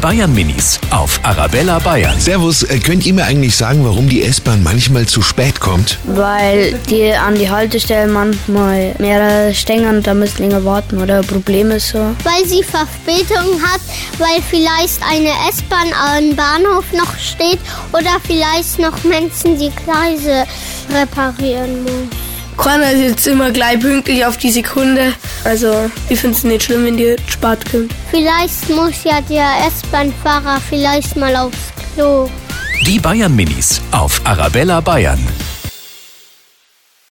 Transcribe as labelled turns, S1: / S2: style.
S1: Bayern Minis auf Arabella Bayern.
S2: Servus, äh, könnt ihr mir eigentlich sagen, warum die S-Bahn manchmal zu spät kommt?
S3: Weil die an die Haltestellen manchmal mehrere Stänger und da müssen länger warten oder Probleme so.
S4: weil sie Verspätung hat, weil vielleicht eine S-Bahn am Bahnhof noch steht oder vielleicht noch Menschen die Gleise reparieren muss.
S5: Keiner ist jetzt immer gleich pünktlich auf die Sekunde. Also, ich finde es nicht schlimm, wenn die spart kommt.
S4: Vielleicht muss ja der S-Bahn-Fahrer vielleicht mal aufs Klo.
S1: Die Bayern Minis auf Arabella Bayern.